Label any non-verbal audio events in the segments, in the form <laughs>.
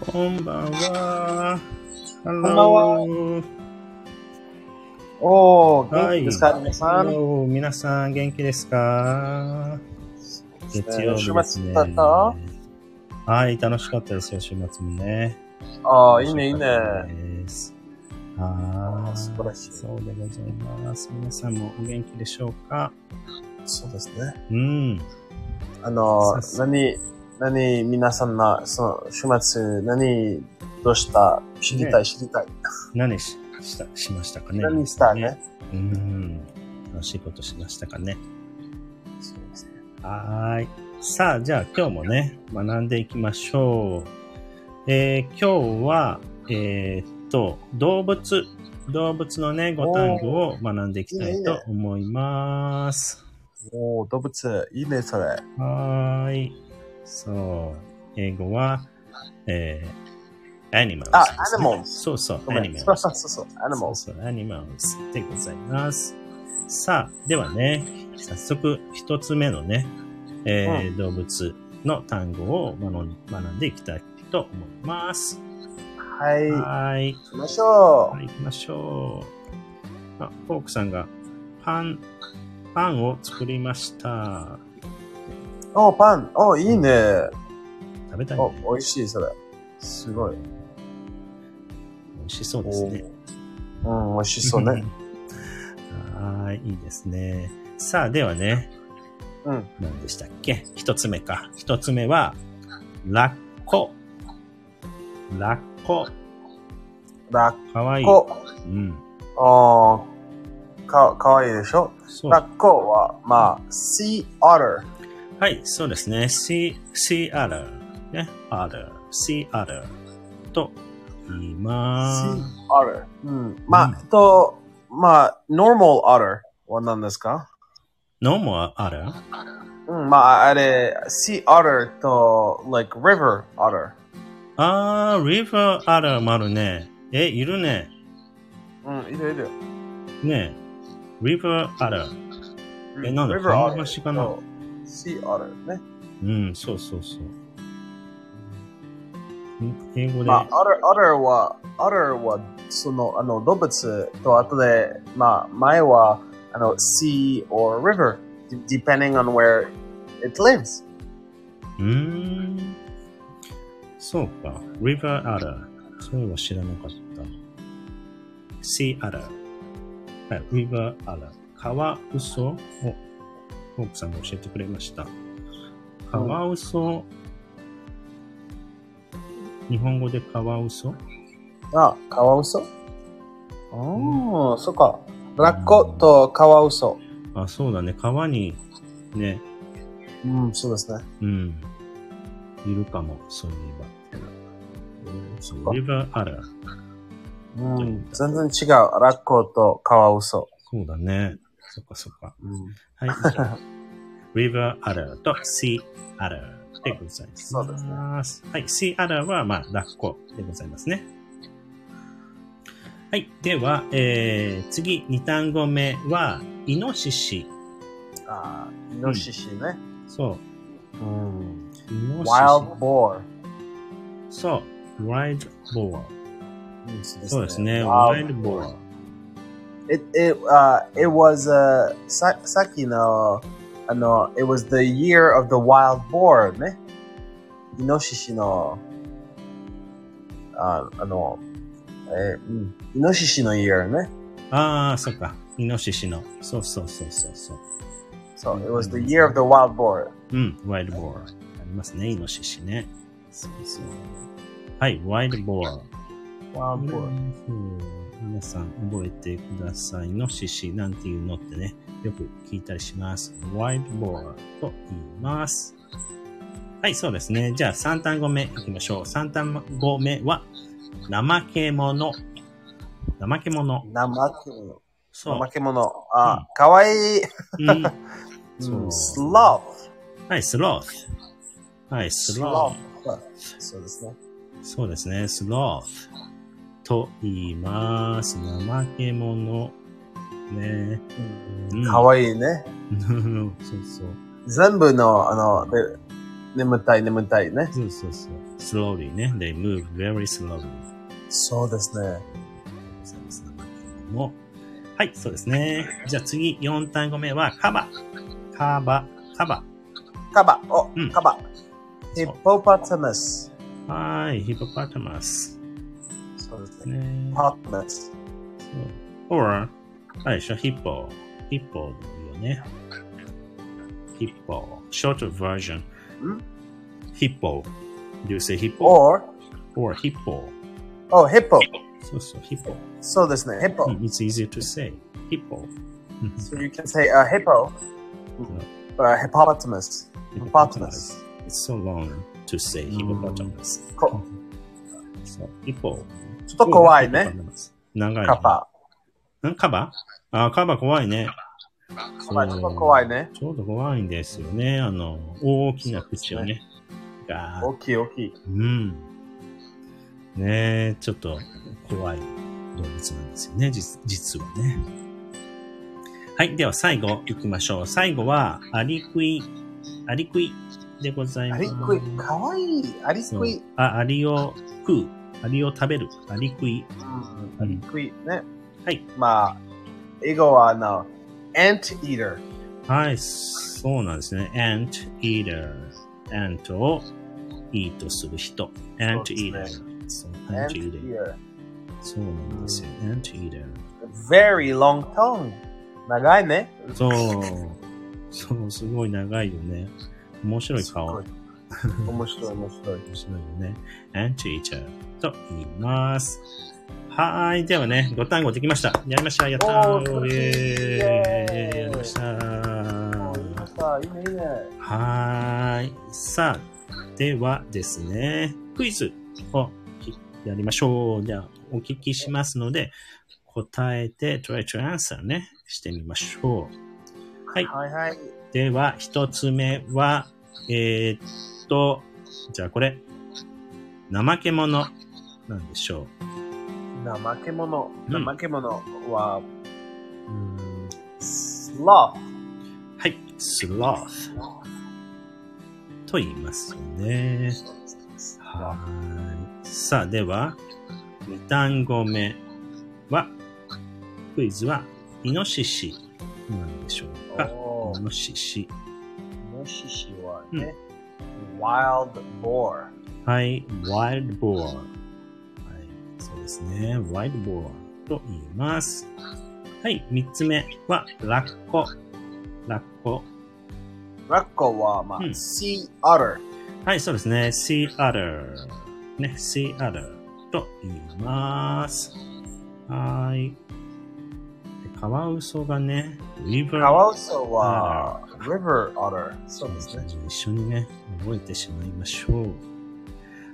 こんばんは。こんばんは。おー、元は気い。ですか、皆さん。 Hello 皆さん元気ですか月曜日です週末ね。だったはい、楽しかったですよ、週末もね。ああ、いいね、いいね。楽しかったです。は素晴らしいそうでございます。皆さんもお元気でしょうかそうですね。うん。あのそう、そ何、何、皆さんな、その、週末、何、どうした知りたい、知りたい。何ししたしましたかね何したね。うん。楽しいことしましたかねそうですねはーい。さあ、じゃあ今日もね、学んでいきましょう。えー今日は、えーっと、動物、動物のね、五単語を学んでいきたいと思います。おー、動物、いいね、それ。はーい。そう。英語は、えー、アニマル。あ animals そうそう、ごアめニん。マルそう。そうそう、アニマル。そうそう、アニマルズでございます。さあ、ではね、早速一つ目のね、えー動物の単語を学ん学んでいきたいと思います。はい。行はい。きましょはい、行きましょう。あ、フォークさんがパン、パンを作りました。う。おー、パン。おー、いいね。食べたいおね。、美味しい、それ。すごい。美味しそうですおね。ーうん、美味しそうね。 <laughs> はーい、いいですね。さあ、ではね、うん。何でしたっけ一つ目か。一つ目は、ラッコ。ラッコ。ラかわいッい。コ。うん。あーかかわいいでしょそう。ラッコは、まあ、sea otter。はい、そうですね。シー、シーアラー。ね。アラー。シーアラー。と、言いま sea す。 otter。うん。まうんあ、えっと、まあ、normal otter は何ですかノーモアラーうん、まあ、あれ、sea otter と、like, river otter。あー、リバーアラーもあるね。え、いるね。うん、いるいる。ね。リバーアラー。えなんだ river こんな otter 虫かなと sea otter ね。うん、そうそうそう。ん英語で。まあ、otter, otter は、otter は、その、あの、動物と、あとで、まあ、前は、あの、sea or river, depending on where it lives. うーん。そうか。River Adder。それは知らなかった。Sea Adder。はい。River Adder。カワウソを、ホークさんが教えてくれました。カワウソ。日本語でカワウソあ、カワウソおー、そっか。ラッコとカワウソ。あ、そうだね。川に、ね、うん、そうですね。うん。いるかも、そういえば。そっか River Adder。うん、全然違う。ラッコとカワウソ。そうだね。そっかそっか。うん、はい。River <laughs> Adder と Sea Adder でございます。そうですねはい。Sea Adder は、まあ、ラッコでございますね。はい。では、えー、次、二単語目は、イノシシ。あーイノシシね。そうん。う。イノシシ。 wild boar。そう。Wild Boar。うん、そうそうですね。 Wild Wild Boar。 It, it, uh, it was, uh, ささっきの、あの、it uh, was the year of the wild boar ね。イノシシの、ああの、えーうん、イノシシの mm, year ね。ああ、そっか。イノシシの。そうそうそうそうそう。 So it was the year of the wild boar. うん、ワイルドボール。ありますね、イノシシね。そうそう。はい、ワイルドボール。 Wild そう boar. 皆さん覚えてください。イノシシなんていうのってね、よく聞いたりします。ワイルドボールと言います。はい、そうですね。じゃあ3単語目いきましょう。3単語目は、怠け者。怠け者。怠け者。そう。怠け者。あ、かわいうい。ん、そううん、スロはい、スロース。はい、ー。スロース。スロー。そうですね。そうですね、スローフと言います。怠け者。ね。 <laughs> Hmm. かわいいね。そうそう。全部の、あの、で眠たい、眠たいね。そうそうそう。slowly ね。they move very slowly. そうですね。サービスなんだけれども。はい、そうですね。じゃあ次、4単語目は、カバ。カバ、カバ。カバ、お、うんカバ。ヒッポパタムス。はーい、ヒポパタマス。そうですね。ね。パタムス。そう。or、あれでしょ、ヒポ。ヒポだよね。ヒポ。short version. んヒポ。Do you say ヒポ or, or ヒポ。 oh, hippo. そうそう、ヒポ。そうですね、hippo. It's easier to say. ヒポ。 So you can say a hippo, a hippopotamus. Hippopotamus. It's so long to say hippopotamus. こそう、ヒポ。ちょっと怖いね。。長い。カ。バ。んカバあ、カバ怖いね。カバ、ちょっと怖いね。ちょうど怖いんですよね。あの、大きな口をね。ガーッ大きい大きい。うん。ねえ、ちょっと怖い動物なんですよね、実実はね。はい、では最後行きましょう。最後は、アリクイ、アリクイでございまアす。リクイ、かわいい。アリそクうイ。あ、アリを食う。アリを食べる。アリクイ。うんアリクイね。はい。まあ、英語はあの、ant eater。はい、そうなんですね。ant eater。ant を eat する人。ant そうで eater す。そう、 ant ant eater。 eater。そうなんですよ。ant eater。 very long tongue. 長いね。そう。そう、すごい長いよね。面白い顔。す面ごい面白い面白い。白いよね。ant eater と言います。はーい。ではね、5単語できました。やりました。やったおー。ー素イ晴ェらしいイエーーイイ。やりましたあいいねさいいねいいね。はーい。さあ、ではですね、クイズをやりましょう。じゃあ、お聞きしますので、答えて、try to answer ね、してみましょう。はい。はいはい。では、一つ目は、えーっと、じゃあこれ、怠け者なんでしょ怠け者。うん怠け者は、うん、スロう。はい。スローー。と言いますね。はーい。さあ、では、二単語目は、クイズは、イノシシなんでしょうか。おーイノシシ。イノシシはね、wild boar。はい、wild boar。はい、そうですね。wild boar と言います。はい、三つ目は、ラッコ。ラッコ。ラッコは、まあ、うん sea otter。はい、そうですね。sea otter。ね、sea otter と言います。はーい。でカワウソがね、river カワウソは、river otter。そう Hmm. ですね。一緒にね、覚えてしまいましょう。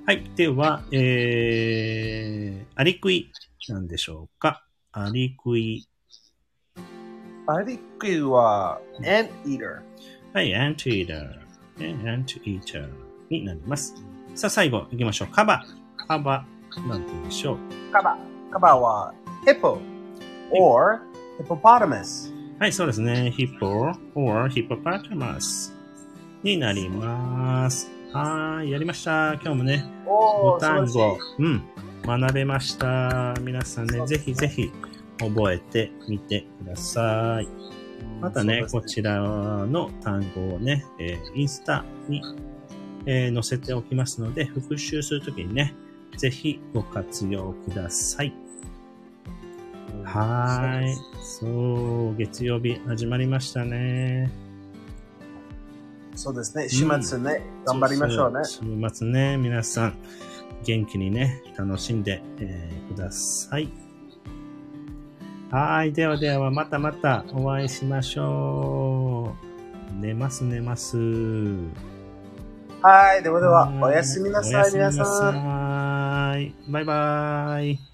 はい。では、えー、アリクイなんでしょうかアリクイ。アリクイは、ant eater。はい、アントイーター。ねアントイーターになります。さあ、最後行きましょう。カバ。カバ。なんて言うんでしょう。カバ。カバは hippo or hippopotamus。はい、そうですね。ヒッポ or ヒッポパタマスになります。はーい、やりました。今日もね、おおー素晴単らしい語、うん、学べました。皆さんね、そうぜですひねぜひ覚えてみてください。またね、そこうですちらの単語をね、えーインスタに、えー載せておきますので、復習するときにね、ぜひご活用ください。はーい。そう、月曜日始まりましたね。そうですね。週末ね、Mm. 頑張りましょうね。そうそう週末ね、皆さん、元気にね、楽しんで、えーください。はーい。ではでは、またまたお会いしましょう。寝ます、寝ます。はい。ではでは、ーいおやすみなさい、皆さん。おやすみなさい。バイバイ。